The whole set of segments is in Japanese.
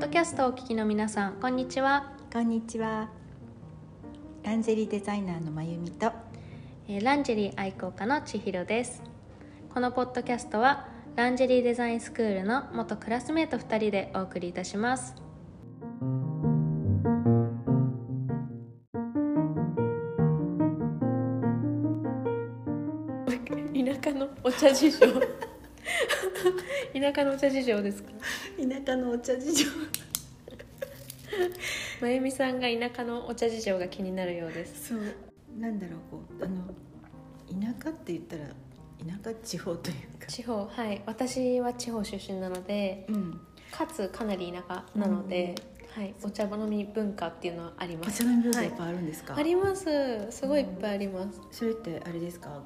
ドキャストをお聞きの皆さんこんにちは、こんにちは。ランジェリーデザイナーのまゆみと。えーランジェリー愛好家の千尋ですこのポッドキャストはランジェリーデザインスクールの元クラスメート2人でお送りいたします田舎のお茶事情田舎のお茶事情ですか田舎のお茶事情。まゆみさんが田舎のお茶事情が気になるようですそう。なんだろう、こう、あの。田舎って言ったら、田舎地方というか。地方はい私は地方出身なのでうん。かつかなり田舎なので、はい、お茶飲み文化っていうのはありまおす茶飲み文化やっぱあるんですか。ありますすごいいっぱいあります、それってあれですか。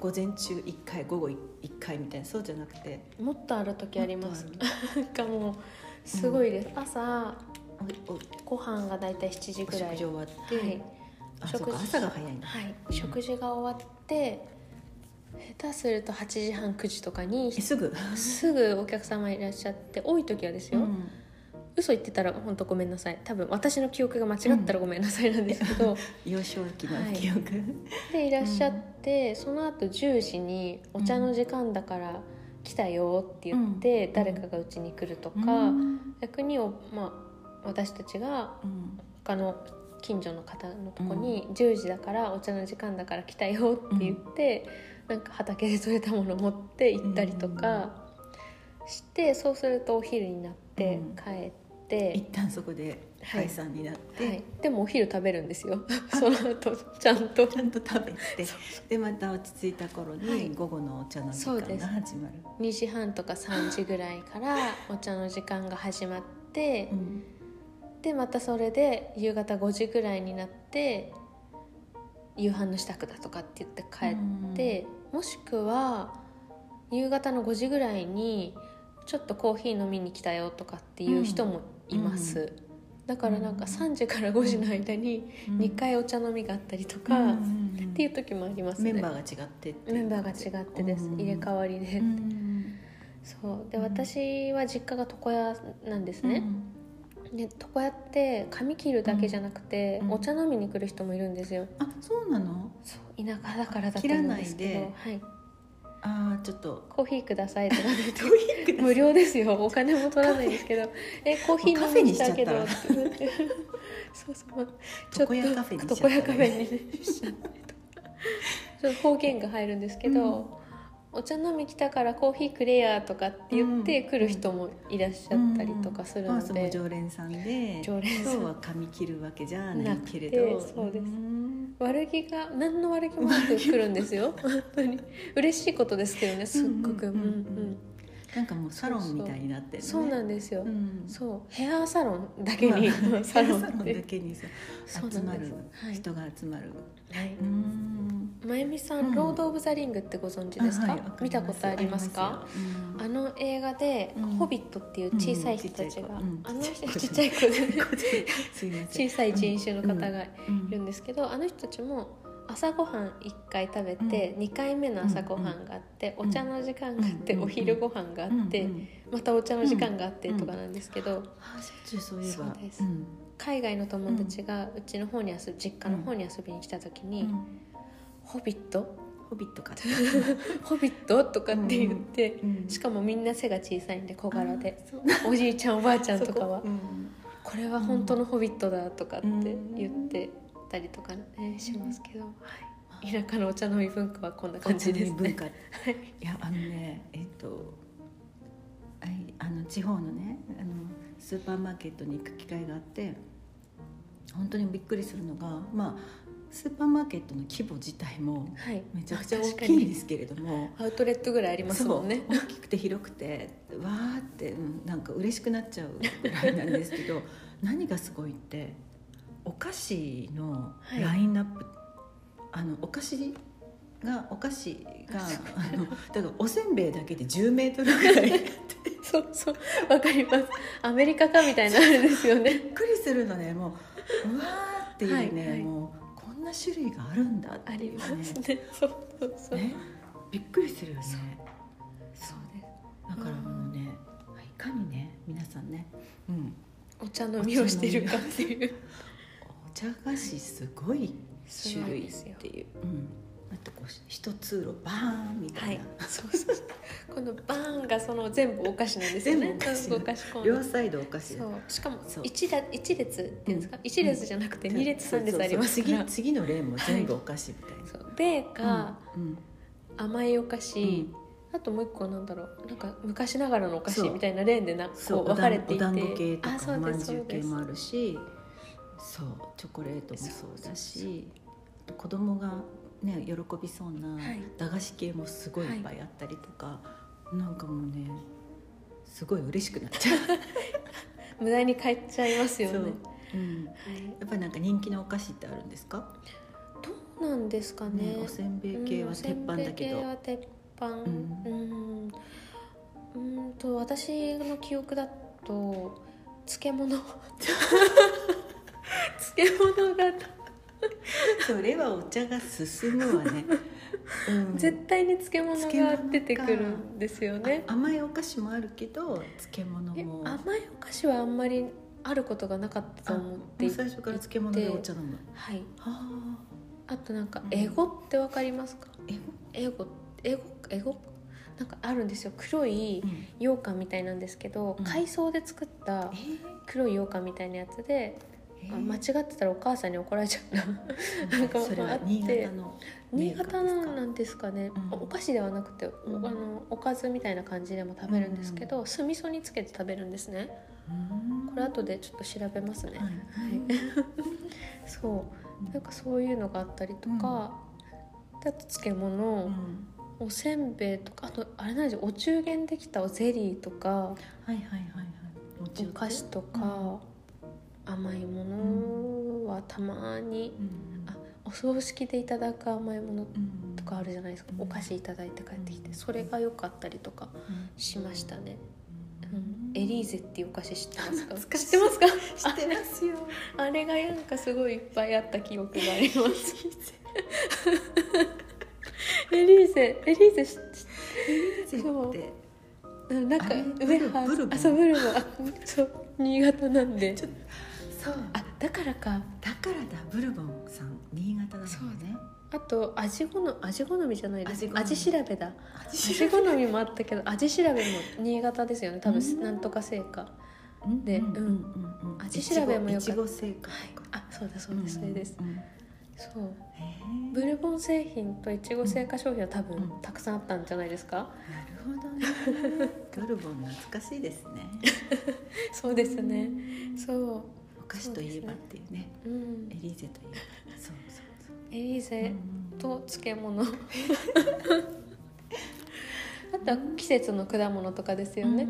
午前中一回、午後一回みたいな、そうじゃなくて。もっとある時ありますもっとあるなんかもうすごいです、朝お、お、ご飯がだいたい7時おぐら食い事終わって。はいあ、食事そうか、朝が早いんだ。はい、食事が終わって下手すると8時半9時とかにえすぐ。すぐお客様いらっしゃって多い時はですよ、うん嘘言ってたら本当ごめんなさい多分私の記憶が間違ったらごめんなさいなんですけど、幼少期のはい記憶。でいらっしゃって、その後10時に「お茶の時間だから来たよ」って言って、ん誰かがうちに来るとか、うん逆にお、まあ、私たちがうん。他の近所の方のとこに「10時だからお茶の時間だから来たよ」って言って、なんか畑で採れたもの持って行ったりとかして、そうするとお昼になってうん帰って。一旦そこで解散になって、はい、でもお昼食べるんですよその後ちゃんとちゃんと食べてでまた落ち着いた頃はいに午後のお茶の時そうで間すが始まる、 2時半とか3時ぐらいからお茶の時間が始まってうんでまたそれで夕方5時ぐらいになって夕飯の支度だとかって言って帰って、もしくは夕方の5時ぐらいにちょっとコーヒー飲みに来たよとかっていう人もいます、だからなんか3時から5時の間にうん2回お茶飲みがあったりとうか、んうんうんっていう時もありますメねンバーが違ってっていうメンバーが違ってです、うん入れ替わりで、うんそうでうん私は実家が床屋なんですうね、んで床屋って髪切るだけじゃなくて、うんお茶飲みに来る人もいるんですよ、あそうなのそう田舎だからだと思うんですけ切らどないはい、あーちょっとコーヒーくださいって 言われてー無料ですよお金も取らないですけど「えコーヒー飲みに来たけど」 もっうカて言ってそうそうちょっと床屋カフェにしちゃった床屋カフェにね しちゃったりとかちょっと方言が入るんですけど、うんお茶飲み来たからコーヒーくれやとかって言ってうん来る人もいらっしゃったりとかするのまあそので、常連さんで常連さん今日は髪切るわけじゃないけれどなくてそうですん悪気が何の悪気もなく来るんです よ本当に嬉しいことですけどねすっごく、うんうんうんうんうんなんかもうサロンみたいになってうんるねそうなんですよ、うんそうヘアサロンだけに、 サロンサロンってだけにさそう集なまんでする、人が集まる、はい、うんまゆみさん、うんロードオブザリングってご存知ですか,、あはいわります見たことありますかありますあよの映画で、うんホビットっていう小さい人たちが、うんあの人うんちっちゃい子ですいませ小んさい人種の方うんがいるんですけど、あの人たちも朝ごはん1回食べて、2回目の朝ごはんがあって、うんお茶の時間があって、うんお昼ごはんがあって、うんうんまたお茶の時間があってとかなんですけど、あしょっちゅうそういえばそうですん海外の友達がうちの方に遊び実家の方に遊びに来た時に「うんホビット ホビットか、ホビット?」とかって言って、うんしかもみんな背が小さいんで小柄であそうおじいちゃんおばあちゃんとかはそこうん「これは本当のホビットだ」とかって言ってたりとかねしますけど、はい、田舎のお茶飲み文化はこんな感じですお茶のね文。化いやあのねえっとはいあの地方のねあのスーパーマーケットに行く機会があって本当にびっくりするのがまあスーパーマーケットの規模自体もはい、めちゃくちゃ大きいんですけれどもアウトレットぐらいありますもんね。そう大きくて広くてわーってうんなんか嬉しくなっちゃうぐらいなんですけ ど何がすごいってお菓子のはいラインナップ、あのお菓子がお菓子があのだからおせんべいだけで10メートルぐ らいびっそうそうわかります。アメリカかみたいになるんですよね。くりするのねもううわーっていうね、はいはいもうこんな種類があるんだってあいりうますね。そうそうそう。ねびっくりするよねそうです。だからもうね、いかにね皆さんね、うん、お茶飲みをしているかっていうお茶菓子すごいす種類っごいですていう、うん、あとこう一通路バーンみたはいいな、そうそうそうこのバーンがその全部お菓子なんですよね全部お菓子全部お菓子コーナ両ーサイドお菓子そうしかもそう一だ一列っていうんですか、一列じゃなくて二列そう三列ありますそうから次次の例も全部お菓子みたいそうベーカな、うんうんー、甘いお菓子、うんあともう一個なんだろうなんか昔ながらのお菓子そうみたいなレーンでなこそううお分かだれんておいて団子系とあそかうおまでんすじそうゅう系ですもあるしそうチョコレートもそうだしあと子供がね喜びそうなはい駄菓子系もすごいいっぱいあったりとか、なんかもうねすごい嬉しくなっちゃう無駄に買っちゃいますよねそはう、うん、やいっぱりなんか人気のお菓子ってあるんですか、どうなんですかねね、おせんべい系は鉄板だけど、うんおせんべい系は鉄板うんんうーんと私の記憶だと漬物 漬物がそれはお茶が進むわね、うん絶対に漬物が出てくるんですよねあ甘いお菓子もあるけど漬物えも甘いお菓子はあんまりあることがなかったと思っていあもう最初から漬物でお茶飲むはいはあとなんかうんエゴってわかりますかあえエゴエゴエゴなんかあるんですよ黒いうん羊羹みたいなんですけど、うん海藻で作った黒い羊羹みたいなやつで、えあ間違ってたらお母さんに怒られちゃうな なんかそれあはって新潟のメ新ーカーです潟かのなんですかね、うんお菓子ではなくて、おうんあのおかずみたいな感じでも食べるんですけど、酢味噌につけて食べるんですねこれ後でちょっと調べますね、はいそうなんかそういうのがあったりとか、であと漬う物、んおせんべいとかあとあれなんですよお中元できたおゼリーとかはいはいはいはいおお中元菓子とか、甘いものはたまにうんあお葬式でいただく甘いものうんとかあるじゃないですか、うんお菓子いただいて帰ってきてそれが良かったりとかしましたね、ううんん、エリーゼっていうお菓子知ってますか懐かし い知ってますか知ってますよあれがなんかすごいいっぱいあった記憶がありますエリーゼエリーゼし絶対なんかあれ上ブルボンあそうブルボンあそう新潟なんでちょっそうあだからかだからだブルボンさん新潟だもんねあと味好み味好みじゃないです味好み味調べ だ味好みもあったけど味調べも新潟ですよね多う分んなんとか製菓うんでうんうんうんうん味調べもよかったいちご製菓とかあそうだそうです、それですうんうんそうへーブルボン製品といちご製菓商品は多う分んたくさんあったんじゃないですか、なるほどね。ブルボン懐かしいですね。そうですね。そうお菓子といえばっていうね。う、んエ、リーゼといえば。そうそうエリーそう。ゼとと漬物 あとは季節の果物とかですよね、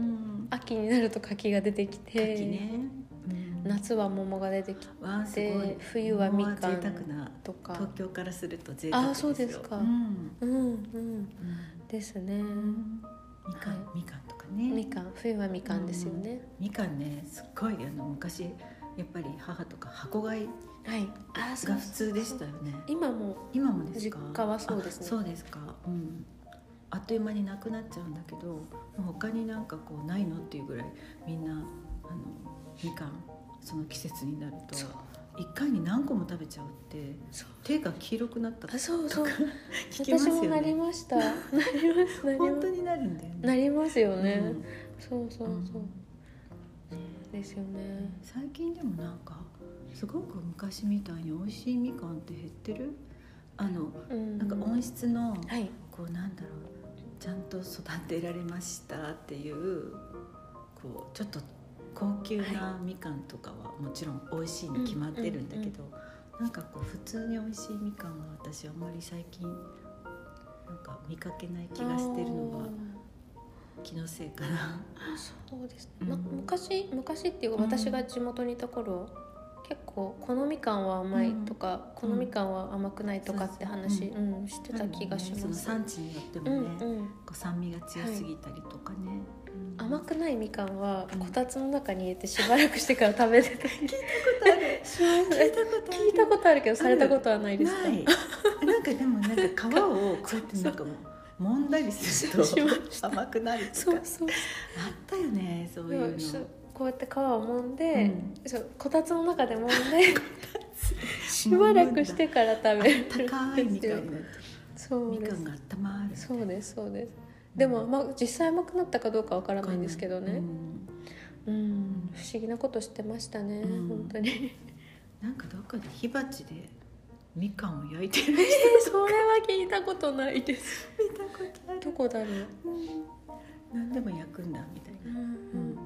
秋になると柿が出てきて、秋ね。うん夏は桃が出てきわあすごいて。冬はみかもう贅沢んなとか東京からすると贅沢あそうですかうんうんうんうんですねみかんはみかんとかみね。かん冬はみかんですよね、みかんねすっごいあの昔やっぱり母とか箱買いはいあそがう普通でしたよね。今も今もですか実家はそうですねあそうですかうんあっという間になくなっちゃうんだけどもう他になんかこうないのっていうぐらいみんなあのみかんその季節になるとそう一回に何個も食べちゃうってそう手が黄色くなったとあそうそうか聞きます私よもなりねました なりますなりま本当すになるんだよねなりますよね、うんそうそうそう、ですよね最近でもなんかすごく昔みたいに美味しいみかんって減ってるあのうんなんか温室の、はいこうなんだろうちゃんと育てられましたっていうこうちょっと高級なみかんとかはもちろん美味しいに決まってるんだけど、なんかこう普通に美味しいみかんは私あんまり最近なんか見かけない気がしてるのが気のせいかな。あーそうですね、うんま、昔昔っていうかうん私が地元にいた頃、結構このみかんは甘いとか、うんこのみかんは甘くないとかって話、そううんしてた気がし そまのす、産地によってもうね、んうん、こう酸味が強すぎたりとかね。うん甘くないみかんはうんこたつの中に入れてしばらくしてから食べてたり 聞い 聞いたことある聞いたことあるけどされたことはないですかない。なんかでもなんか皮をこうやってなんかもう揉んだりするしましと甘くなるとそかうそうあったよねそういうの。そうこうやって皮を揉んうで、んそうこたつの中で揉んで しばらくしてから食べるあったかいみかんになってそうみでかんすが温まるそうですそうですでも、まあ、実際甘くなったかどうかわからないんですけどうねんうん、不思議なことしてましたね、うん本当 になんかどっかで火鉢でみかんを焼いてるそれは聞いたことないです見たことあるどこだろう、何でも焼くんだみたいな、うん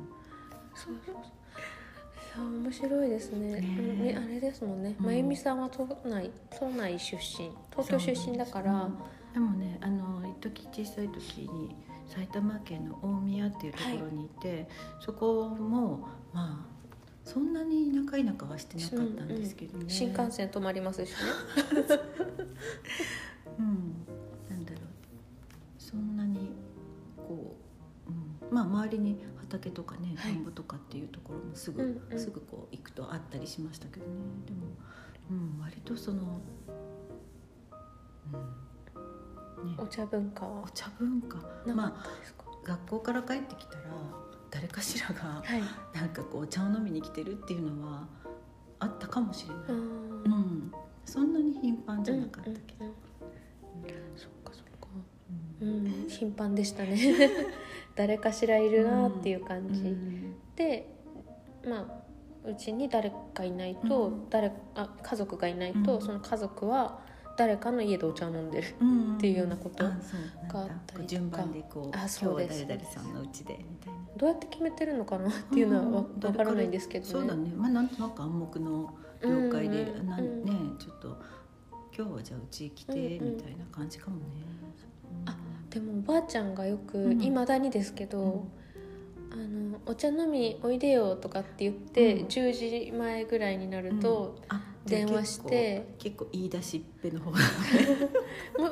そうそうそういや面白いですねねえねあれですもんね、うんまゆみさんは都内都内出身東京出身だからでもねあの一時小さい時に埼玉県の大宮っていうところにいて、そこもまあそんなに田舎田舎はしてなかったんですけどね、新幹線止まりますしねうん、なんだろうそんなにこう、うん、まあ周りに畑とかねは田いんぼとかっていうところもすぐ、うんうんすぐこう行くとあったりしましたけどねでも、うん、割とその、うんねお、茶文化はお茶文化なかまったですか、あ学校から帰ってきたら誰かしらはがいなんかこうお茶を飲みに来てるっていうのはあったかもしれない、ううんんそんなに頻繁じゃなかったけど。うんうんうんそっかそっかうんうん頻繁でした ね誰かしらいるなっていう感じ、うんでまあうちに誰かいないと、うん誰あ家族がいないと、うんその家族は誰かの家でお茶を飲んでるうんっていうようなことあそうなんがあっただりとこかう順番でこうあ今日そうはです誰々さんのうちでみたいなどうやって決めてるのかなっていうのはわうんわからないんですけどね。そうだねまあなんとなく暗黙の了解で、うんうんなうんんねちょっと今日はじゃあうち来てみうんうんたいな感じかもね、うんあでもおばあちゃんがようくんいまだにですけど、あの「お茶飲みおいでよ」とかって言って、うん10時前ぐらいになると、うんあじゃあ電話して結構結構言い出しっぺの方が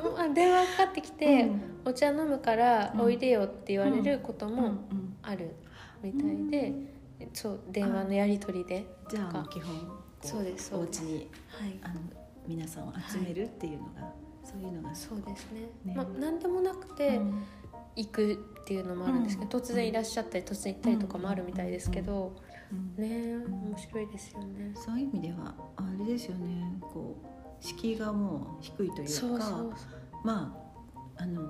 もうあ電話かかってきて「うんお茶飲むからおいでよ」って言われることうんうもんあるみたいで、そう電話のやり取りで。じゃあかもう基本こそうですそうおで家すにはいあの皆さんを集めるっていうのが、そういうのがそうですねねまあ、何でもなくてうん行くっていうのもあるんですけど、うん突然いらっしゃったり突然行ったりとかもあるみたいですけど、うんねえ面白いですよね。そういう意味ではあれですよねこう敷居がもう低いというかそうそうまああの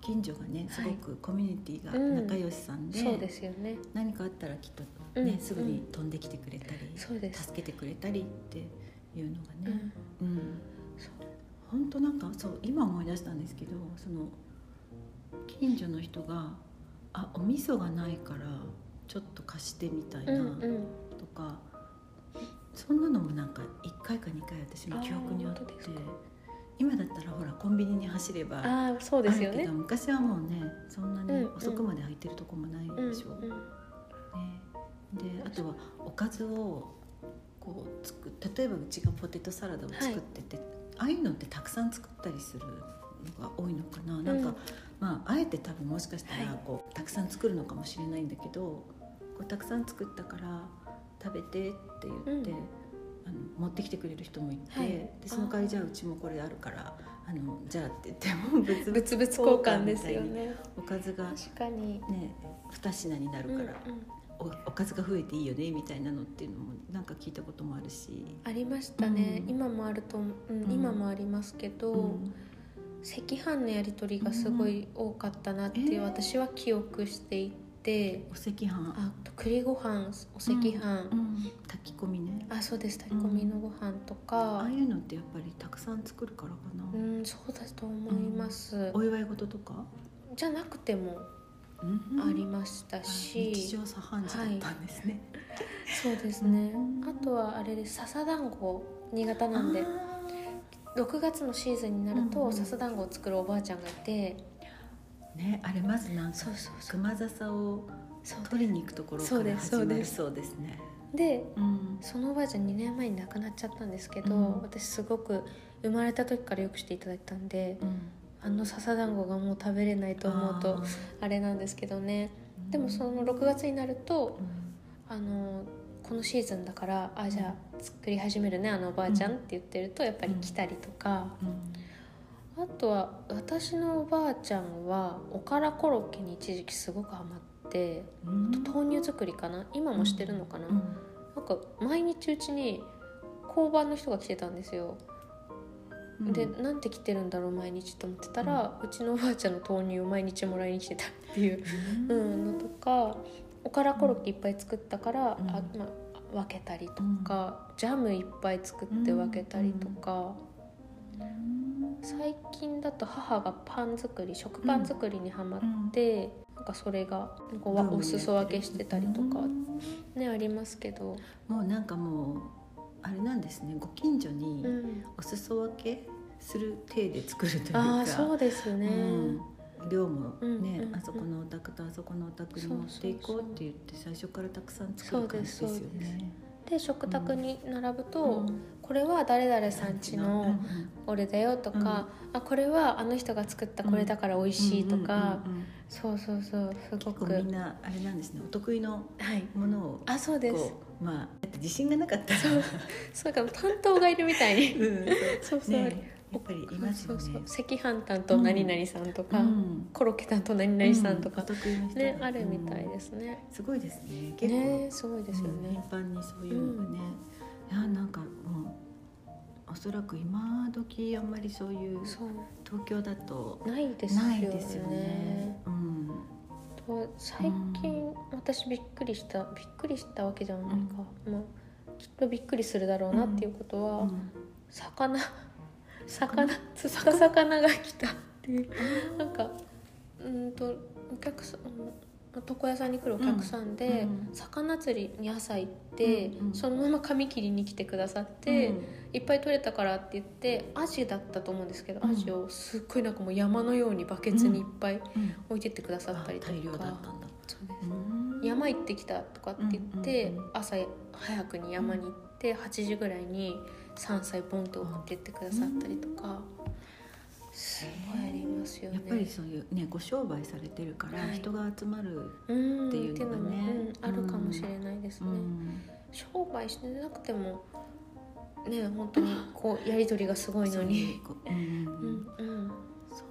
近所がねすごくコミュニティがうん仲良しさんで,、そうですよね。何かあったらきっと、ねうんうんすぐに飛んできてくれたり、そうです。助けてくれたりっていうのうがね、んうんそう本当なんかそう今思い出したんですけどその近所の人が「あお味噌がないからちょっと貸して」みたいな。うんうん。とかそんなのもなんか1回か2回私も記憶にあってあー本当ですか今だったらほらコンビニに走ればあああそうるですけよど、ね。昔はもうねそんなうんにうん遅くまで空いてるとこもないうんうでしょう、ん。ねであとはおかずをこう作っ例えばうちがポテトサラダを作ってて、ああいうのってたくさん作ったりするのが多いのかな、なんうかんまああえて多分もしかしたはらいこうたくさん作るのかもしれないんだけどこうたくさん作ったから食べてって言って、うんあの持ってきてくれる人もいて、はいでその代わりじゃあうちもこれあるからあのじゃあって言ってもう物々物々交換ですよね。おかずが確かに。ね2品になるうんかうら。ん。おおかずが増えていいよねみたいなのっていうのもなんか聞いたこともあるし、ありましたね。うん今もあると思う、うんん、今もありますけど、うん赤飯のやり取りがすごい多かったなっていう、うん私は記憶していて。お赤飯あと栗ご飯お赤飯、うん炊き込みねあそうです炊き込みのご飯とあかあいうのってやっぱりたくさん作るからかな、うん、そうだと思います、お祝い事とか、じゃなくてもありましたしし、日常茶飯事だったんですね、そうですね、うんあとはあれです笹団子新潟なんであ6月のシーズンになるうんうとん笹団子を作るおばあちゃんがいて、ーねあれまずなんかそうそうそう熊笹をそう取りに行くところかそうらですそ始うまでるすそうですねでうんそのおばあちゃん2年前に亡くなっちゃったんですけど、うん私すごく生まれた時からよくしていただいたんでうんあの笹団子がもう食べれないと思うとあーあれなんですけどねでもその6月になるとあのこのシーズンだからあじゃあ作り始めるねあのおばあちゃんって言ってるとやっぱり来たりとか、うんあとは私のおばあちゃんはおからコロッケに一時期すごくハマっってうん豆乳作りかな今もしてるのかな、うんなんか毎日うちに交番の人が来てたんですよ、うんでなんて来てるんだろう毎日と思ってたら、うちのおばあちゃんの豆乳を毎日もらいに来てたっていう、うんうん、のとかおからコロッケいっぱい作ったから、うんあまあ、分けたりとか、ジャムいっぱい作って分けたりとか、最近だと母がパン作り食パン作りにはまって、なんかそれがなんかわお裾分けしてたりとか、うんねありますけど、もうなんかもうあれなんですねご近所にうん、お裾分けする体で作るというか、ああそうですよね、うん量もうんね、うんあそこのお宅とあそこのお宅にそう持そうっていこうって言って最初からたくさん作る感じですよそうですそうですね。で食卓に並ぶと、うんこれは誰々さんちの俺だよとか、あこれはあの人が作ったこれだから美味しいとか、うんうんうんうんそうそうそうすご結く構みんなあれなんですねお得意のはいものをあそうですこうまあだって自信がなかったらそうそうか担当がいるみたいに うんそうそう、ねやっぱりいますよね。そうそう赤飯担と何々さんとか、うんコロッケ担と何々さんとうおか、得意の人がねあるみたいですね、すごいですね結構ねすごいですようん頻ね、繁にそういうのがね、いやなんかもうおそらく今時あんまりそういうそう東京だとないですよないねですよね。うんと最近私びっくりしたびっくりしたわけじゃないか、まあ、きっとびっくりするだろうなっていうことは、うん魚魚釣った魚が来たっていうなんかうーんとお客さん床屋さんに来るお客さんで、うんうん魚釣りに朝行って、うんうんそのまま髪切りに来てくださって、いっぱい取れたからって言ってアジだったと思うんですけど、うんアジをすっごいなんかもう山のようにバケツにいっぱいうん置いてってくださったりとか、大量だったんだ。そうです山行ってきたとかって言って、うんうんうん朝早くに山に行って8時ぐらいに山菜ポンって送ってってくださったりとか、すごいありますよね。やっぱりそういうねご商売されてるからはい人が集まる。うんっていうのがねっていうのもうんあるかもしれないですね。うん商売してなくてもね本当にこうやり取りがすごいのに。そういうううんんうんそ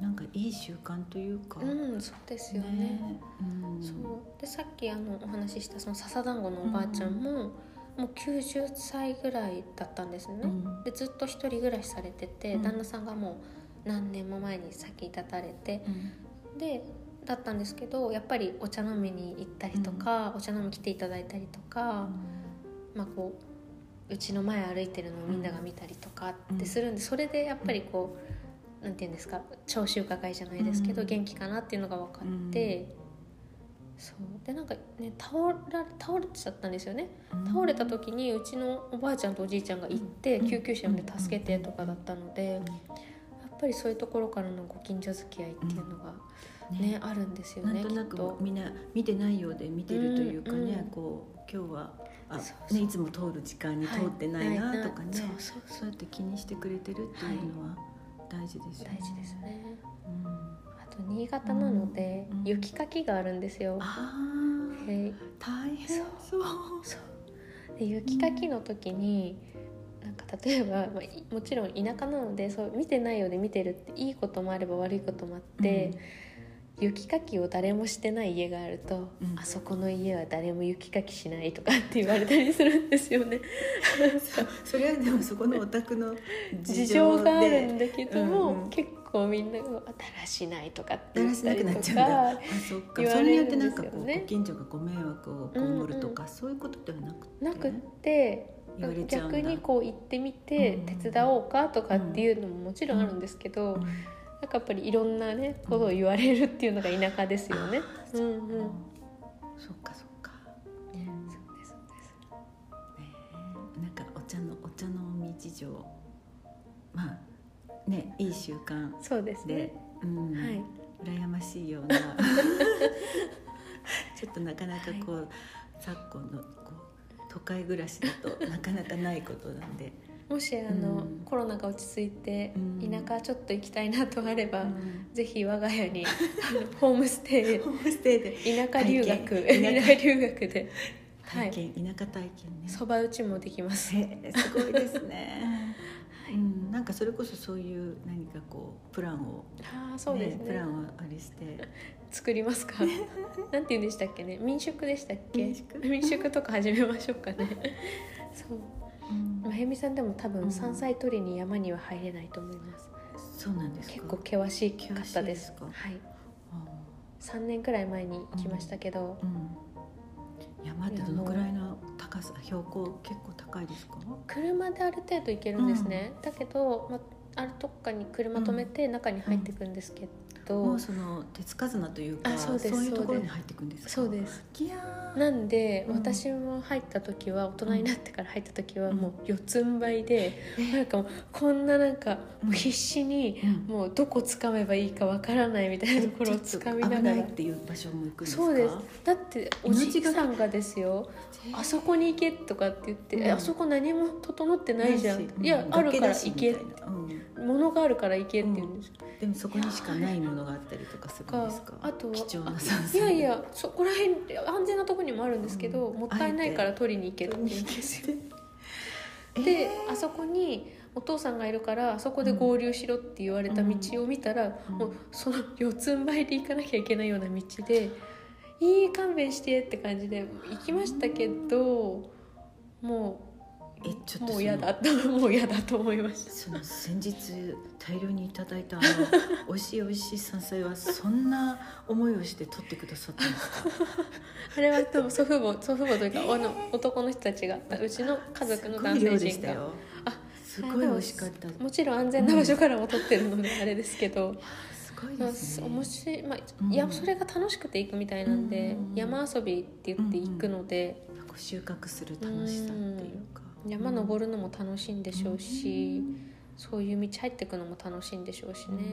うなんかいい習慣というか。うん、そうですよね。うんそうでさっきあのお話ししたその笹団子のおばあちゃんも、もう90歳ぐらいだったんですね。うんでずっと一人暮らしされてて、うん旦那さんがもう何年も前に先立たれてでだったんですけどやっぱりお茶飲みに行ったりとか、お茶飲み来ていただいたりとか、まあこううちの前歩いてるのをみんなが見たりとかってするんで、それでやっぱりこうなんて言うんですか調子伺いじゃないですけど、うん元気かなっていうのが分かって、そうでなんかね倒ら倒れちゃったんですよね。倒れた時にうちのおばあちゃんとおじいちゃんが行ってうん救急車呼んで助けてとかだったのでやうんっぱりそういうところからのご近所付き合いっていうのがうんねあるんですよなねんとなきっくとみんな見てないようで見てるというかね、うんうんこう今日はあそうそうね、いつも通る時間には通ってないなとかね、はいそうなそうそうそうやって気にしてくれてるっていうのは大事ですよね。大事ですねうん、あと新潟なのでうん雪かきがあるんですよああで大変そう。そうで雪かきの時になんか例えば、まあいもちろん田舎なのでそう見てないようで見てるっていいこともあれば悪いこともあって、雪かきを誰もしてない家があると、うんあそこの家は誰も雪かきしないとかって言われたりするんです よねうん それはでもそこのお宅の 事情があるんでだけども、うんうん結構みんなが「だらしない」とかって言だらっしたなくりなっとちゃうんだ。かあそっか。言わそれにれよるってんでなすよねんかこう、ご近所がご迷惑をこもるとか、そういうことではなくて、なくって。言われちゃうんだ。逆にこう行ってみてうん手伝おうかとかっていうのももちろんあるんですけど、うんなんかやっぱりいろんなねことを言われるっていうのが田舎ですよね。うんうん、そっかそっか。そうですそうですなんかお茶のお茶の実事情まあねいい習慣そうですねで、うんはい羨ましいような ちょっとなかなかこう、昨今のこう都会暮らしだとなかなかないことなんで、もしあの、うんコロナが落ち着いて、うん田舎ちょっと行きたいなとあれば、うんぜひ我が家にあのホームステイホームステイで田舎留学体験田舎留学では体い験、田舎体験ねそば打ちもできます えーすごいですね、うんなんかそれこそそういう何かこうプランを、ああそうですねプランをあれして作り ますかなんて言うんでしたっけね民宿でしたっけ民宿民宿とか始めましょうかね そうまゆみさんでも多う分ん山菜取りに山には入れないと思います、そうなんですか結構険しい方です険しいですかはい、あ3年くらい前に行きましたけど、ーうん山ってどのくらいの高さ標高結構高いですか車である程度行けるんですね、だけど、まあるとこかに車止めて中に入っていくんですけど、もうその手つかずなというかあそうですいうとこそうろにです入っていくんですかそうですいやーなんで、うん私も入った時は大人になってから入った時はもう四つん這いで、えなんかもうこんななんかうんもう必死にうんもうどこ掴めばいいかわからないみたいなところをちょ掴っとみな危がないらっていう場所も行くんですかそうですだっておじい命がさんがですよ「あそこに行け」とかって言ってうんえ「あそこ何も整ってないじゃん」しいやう、んあるから崖だし行けみたいなうん物があるから行け」って言うんですよでもそこにしかないものがあったりとかするんですかかあとは貴重な山い菜やいやそこら辺安全なとこにもあるんですけど、うんもったいないから取りに行けって言うんですよで、あそこにお父さんがいるからあそこで合流しろって言われた道を見たら、うんもうその四つん這いで行かなきゃいけないような道で「いい勘弁して」って感じで行きましたけどもうえちょっとそのもう嫌だと もう嫌だと思いました。その先日大量にいただいたあ の美味しい美味しい山菜はそんな思いをして取ってくださったんですかあれは多分祖父母祖父母というか、あの男の人たちがうちの家族の男すごい性量でし陣たがよあすごい美味しかったもちろん安全な場所からも撮ってるのであれですけど、すごいまあですね面白いまあうんいやそれが楽しくて行くみたいなんで、うん山遊びって言って行くので、なんか収穫する楽しさっていうか山登るるのも楽しいんでしょうし、そういう道入ってくのも楽しいんでしょうしね、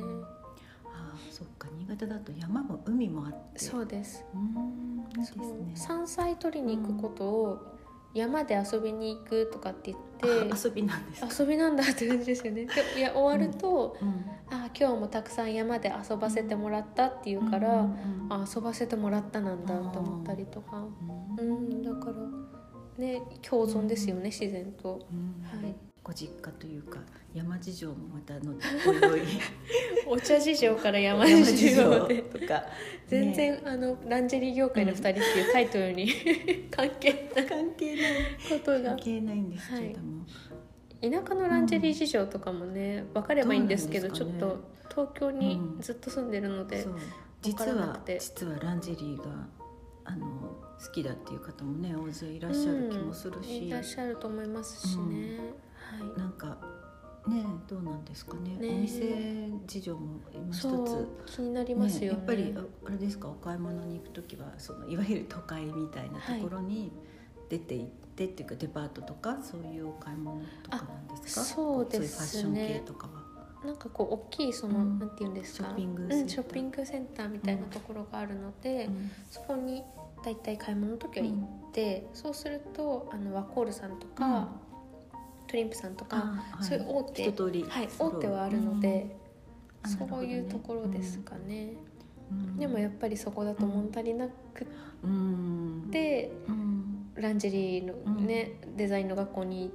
あーそっか新潟だと山も海もあってそうですうんいいですそうね山菜取りに行くことを山で遊びに行くとかって言ってあ 遊びなんですか遊びなんだって感じですよね。でいや終わると、うんあ今日もたくさん山で遊ばせてもらったっていうから、うんうんうんあ遊ばせてもらったなんだと思ったりとかうんうんだからね共存ですよね自然とうんはいご実家というか山事情もまたのおいおいお茶事情から山事情でとか全ね然あのランジェリー業界の2人っていうタイトルに 関係ない関係ないことが関係ないんですけれども、田舎のランジェリー事情とかもね分かればいいんですけどちどょうっなんですかねと東京にうんずっと住んでるのでそうわ実からなはくて実はランジェリーがあの好きだっていう方もね大勢いらっしゃる気もするうんし、いらっしゃると思いますしねはいなんかねどうなんですかねねお店事情も今一つそう気になりますよやっぱりねああれですかお買い物に行く時はそのいわゆる都会みたいなところに出て行ってっていうかデパートとかそういうお買い物とかなんですかあそうですねそういうファッション系とかはなんかこう大きいその、うんなんていうんですかショッピングうんセンターショッピングセンターみたいなところがあるので、うんそこにだいたい買い物の時は行って、そうするとあのワコールさんとか、うんトリンプさんとか、あはいそういう大手一通りはい、揃大う手はあるので、あなるほそどうねいうところですかね、うんでもやっぱりそこだと物足りなくうんて、うんランジェリーのね、デザインの学校に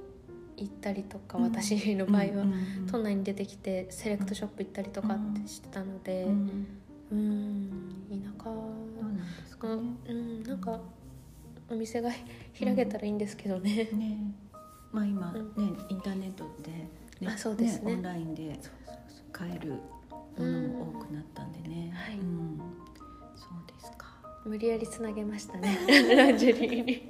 行ったりとか、私の場合は、うんうん都内に出てきてセレクトショップ行ったりとかってしてたので。うんうん田舎どうなんですかうねん、うん、なんかお店が開けたらいいんですけどね、ねまあ今うねんインターネットでねあそうですねオンラインで買えるものも多くなったんでねんはいうんそうですか無理やりつなげましたね ランジェリーに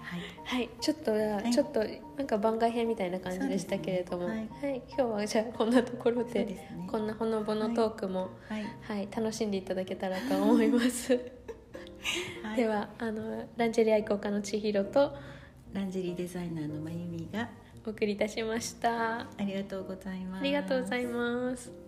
はいはいちょっとじゃあ、はいちょっとなんか番外編みたいな感じでしたけれども、そうはですいね、今日はじゃあこんなところそうでですねこんなほのぼのトークも、はいはい楽しんでいただけたらと思います、は いではあのランジェリー愛好家の千尋とランジェリーデザイナーのまゆみがお送りいたしましたありがとうございますありがとうございます